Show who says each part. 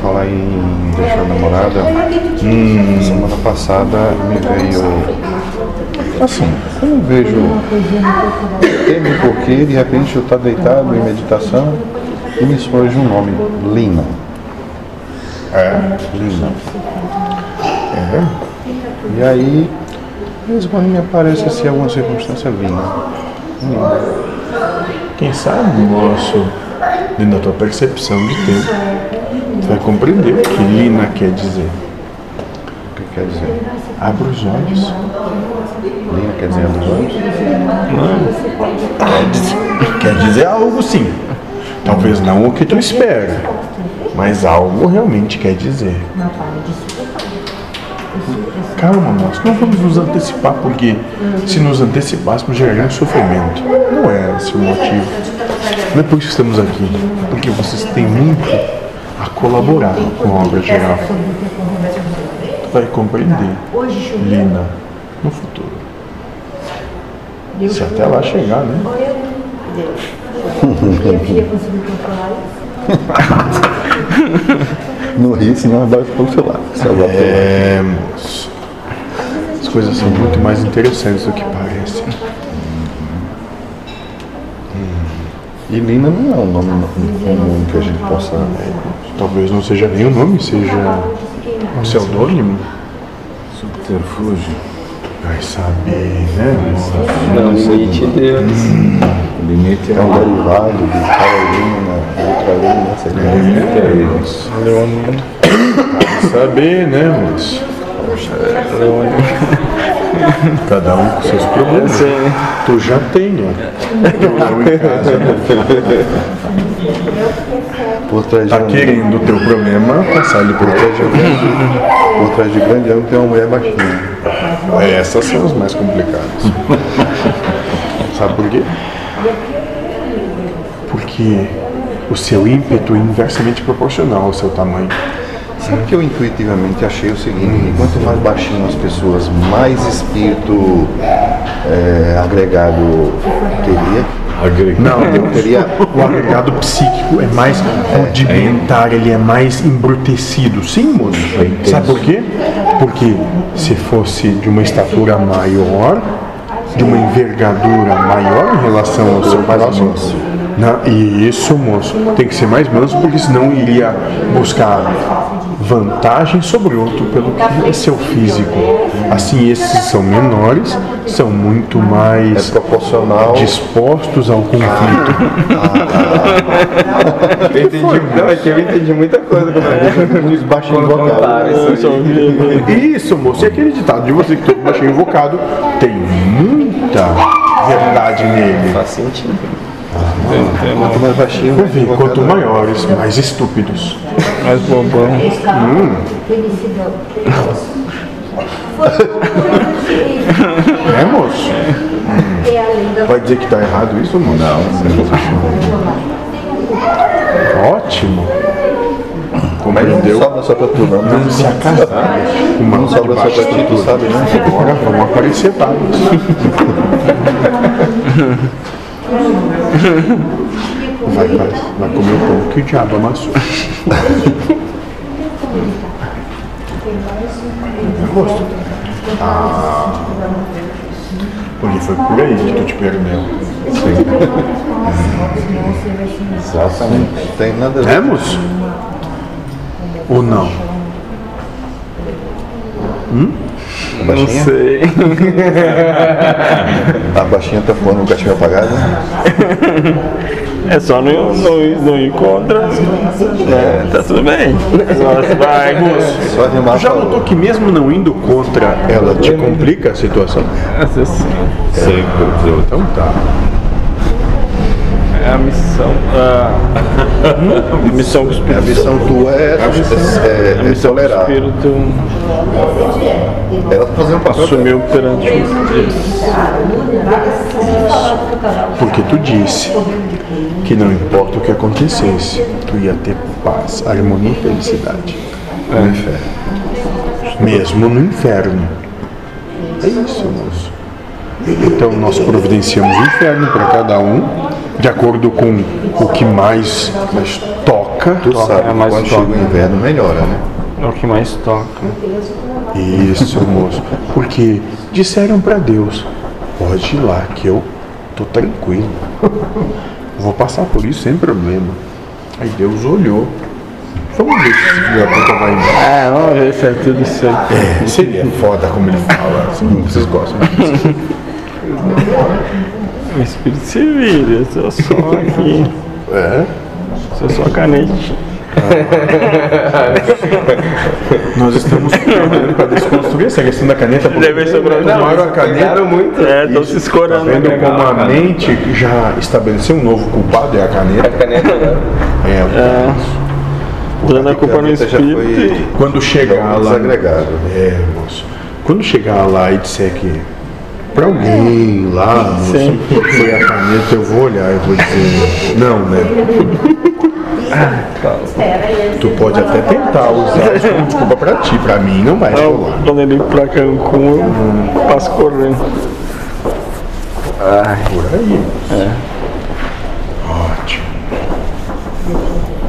Speaker 1: falar em deixar a namorada, hum, semana passada me veio. Assim, eu não vejo teme porque de repente eu estou deitado em meditação e me surge um nome, Lina. É, Lina. É. E aí, de vez em quando me aparece assim alguma circunstância Lina. Hum. Lina.
Speaker 2: Quem sabe nosso, dentro da tua percepção de tempo, tu vai compreender o que Lina quer dizer.
Speaker 1: O que quer dizer?
Speaker 2: Abre os olhos.
Speaker 1: Lina quer dizer abre os olhos?
Speaker 2: Quer dizer, quer dizer algo sim. Talvez não o que tu espera, mas algo realmente quer dizer. Calma, nós não vamos nos antecipar, porque se nos antecipássemos geraríamos sofrimento. Não é esse o motivo. Não é por isso que estamos aqui, porque vocês têm muito a colaborar com a obra geral. Tu vai compreender, Lina, no futuro. Se até lá chegar, né?
Speaker 1: assim, Não ri, senão vai pro outro lado. Só vai pro lado.
Speaker 2: É, moço. As coisas são muito mais interessantes do que parecem.
Speaker 1: E Lina não é um nome comum que a gente possa. né?
Speaker 2: Talvez não seja nem o nome, seja um pseudônimo.
Speaker 3: Subterfúgio.
Speaker 2: Vai saber, né, moço?
Speaker 4: Não, limite Deus.
Speaker 3: O limite é
Speaker 1: É um
Speaker 3: o
Speaker 1: derivado de né? tal Lina, outra Lina, sei lá.
Speaker 3: limite é eles.
Speaker 2: Leonino. É. Vai saber, né, moço? Cada um com seus problemas. Tu já tem, ó. Eu em casa, né?
Speaker 1: Por trás de
Speaker 2: Tá
Speaker 1: um-
Speaker 2: querendo o teu problema, passar ele por
Speaker 1: Por trás de um grande- Por trás de grande ângulo tem uma mulher baixinha.
Speaker 2: É, Essas são as mais complicadas. Sabe por quê? Porque o seu ímpeto é inversamente proporcional ao seu tamanho.
Speaker 1: Sabe que eu intuitivamente achei o seguinte, quanto mais baixinho as pessoas, mais espírito é, agregado teria.
Speaker 3: Agregado.
Speaker 2: Não,
Speaker 1: Teria
Speaker 2: o agregado psíquico é mais rudimentar, ele é mais embrutecido. Sim, moço. Sabe por quê? Porque se fosse de uma estatura maior, de uma envergadura maior em relação ao seu próximo. Na, e isso, moço, tem que ser mais manso, porque senão iria buscar vantagem sobre o outro pelo que é seu físico. Assim, esses são menores, são muito mais
Speaker 1: proporcional
Speaker 2: dispostos ao conflito.
Speaker 4: Eu entendi, não, é que eu entendi muita coisa como é.
Speaker 1: dos baixinhos
Speaker 4: Quando compara
Speaker 1: vocados.
Speaker 4: isso aí.
Speaker 2: Isso, moço, e aquele ditado de você que todo mundo achei invocado tem muita verdade nele.
Speaker 4: Faz sentido.
Speaker 1: Quanto mais baixinho,
Speaker 2: Por fim,
Speaker 1: mais
Speaker 2: é, quanto
Speaker 1: invocado.
Speaker 2: maiores, mais estúpidos.
Speaker 4: Mas bobão.
Speaker 2: É, moço? Vai dizer que tá errado isso, moço? Não. Ótimo. Compreendeu?
Speaker 1: é Sobra só pra tu, não.
Speaker 2: Não se acasar.
Speaker 1: Não
Speaker 2: Uma
Speaker 1: sobra
Speaker 2: sobra
Speaker 1: só pra
Speaker 2: só
Speaker 1: ti, tu sabe, né?
Speaker 2: Agora vamos aparecer, tá? Vai, vai, vai comer o pão que o diabo amassou. Gosto. Ah, porque foi por aí que tu te perdeu.
Speaker 1: Exatamente. Tem nada a ver.
Speaker 2: Temos? É, Ou não? É?
Speaker 1: A baixinha?
Speaker 4: sei.
Speaker 1: A baixinha tá fumando um gatinho apagado? né?
Speaker 4: É só não, não, não encontra. Né? Tá tudo bem. Nossa, vai, moço.
Speaker 1: Só animar
Speaker 2: Já
Speaker 1: falou.
Speaker 2: notou que mesmo não indo contra ela te complica a situação?
Speaker 3: Sei, por exemplo.
Speaker 2: Então tá.
Speaker 4: É a missão. ah, A missão do
Speaker 1: A
Speaker 4: espírito.
Speaker 1: missão tua é, é, é, é tolerar.
Speaker 4: espírito
Speaker 1: Ela tá fazendo um papel
Speaker 4: sumiu perante o
Speaker 2: Porque tu disse que não importa o que acontecesse, tu ia ter paz, harmonia e felicidade.
Speaker 1: no inferno.
Speaker 2: Mesmo no inferno. É isso, moço. Então nós providenciamos o inferno para cada um de acordo com o que mais toca.
Speaker 1: Tu sabe,
Speaker 4: é mais
Speaker 1: quando
Speaker 4: top.
Speaker 2: um
Speaker 1: chega o inverno melhora, né?
Speaker 4: É o que mais toca.
Speaker 2: Isso, moço. Porque disseram para Deus: pode ir lá que eu tô tranquilo. Vou passar por isso sem problema. Aí Deus olhou. Vamos ver se esse filho da puta vai embora.
Speaker 4: É, vamos ver se é tudo certo.
Speaker 1: Ele é foda como ele fala. assim, Vocês
Speaker 2: né?
Speaker 1: gostam.
Speaker 4: O espírito se vira, eu sou só aqui. É? Sou só canete.
Speaker 2: Nós estamos trabalhando para desconstruir essa questão da caneta. Porque
Speaker 4: Deve ser pra- não,
Speaker 2: tomaram a caneta.
Speaker 4: muito. É, estão se escorando.
Speaker 2: Vendo como a mente já estabeleceu um novo culpado, é a caneta. É,
Speaker 4: Dando a culpa no
Speaker 1: Você já
Speaker 4: espírito.
Speaker 1: foi
Speaker 2: Quando chegar lá.
Speaker 1: desagregado.
Speaker 2: É, moço. Quando chegar lá e disser que pra alguém lá, moço,
Speaker 4: Sim.
Speaker 2: foi a caneta, eu vou olhar e vou dizer, não, né? Tu pode até tentar usar isso como desculpa pra ti, pra mim não vai rolar.
Speaker 4: Não, Quando ele ir pra Cancún, eu passo correndo.
Speaker 2: Por aí.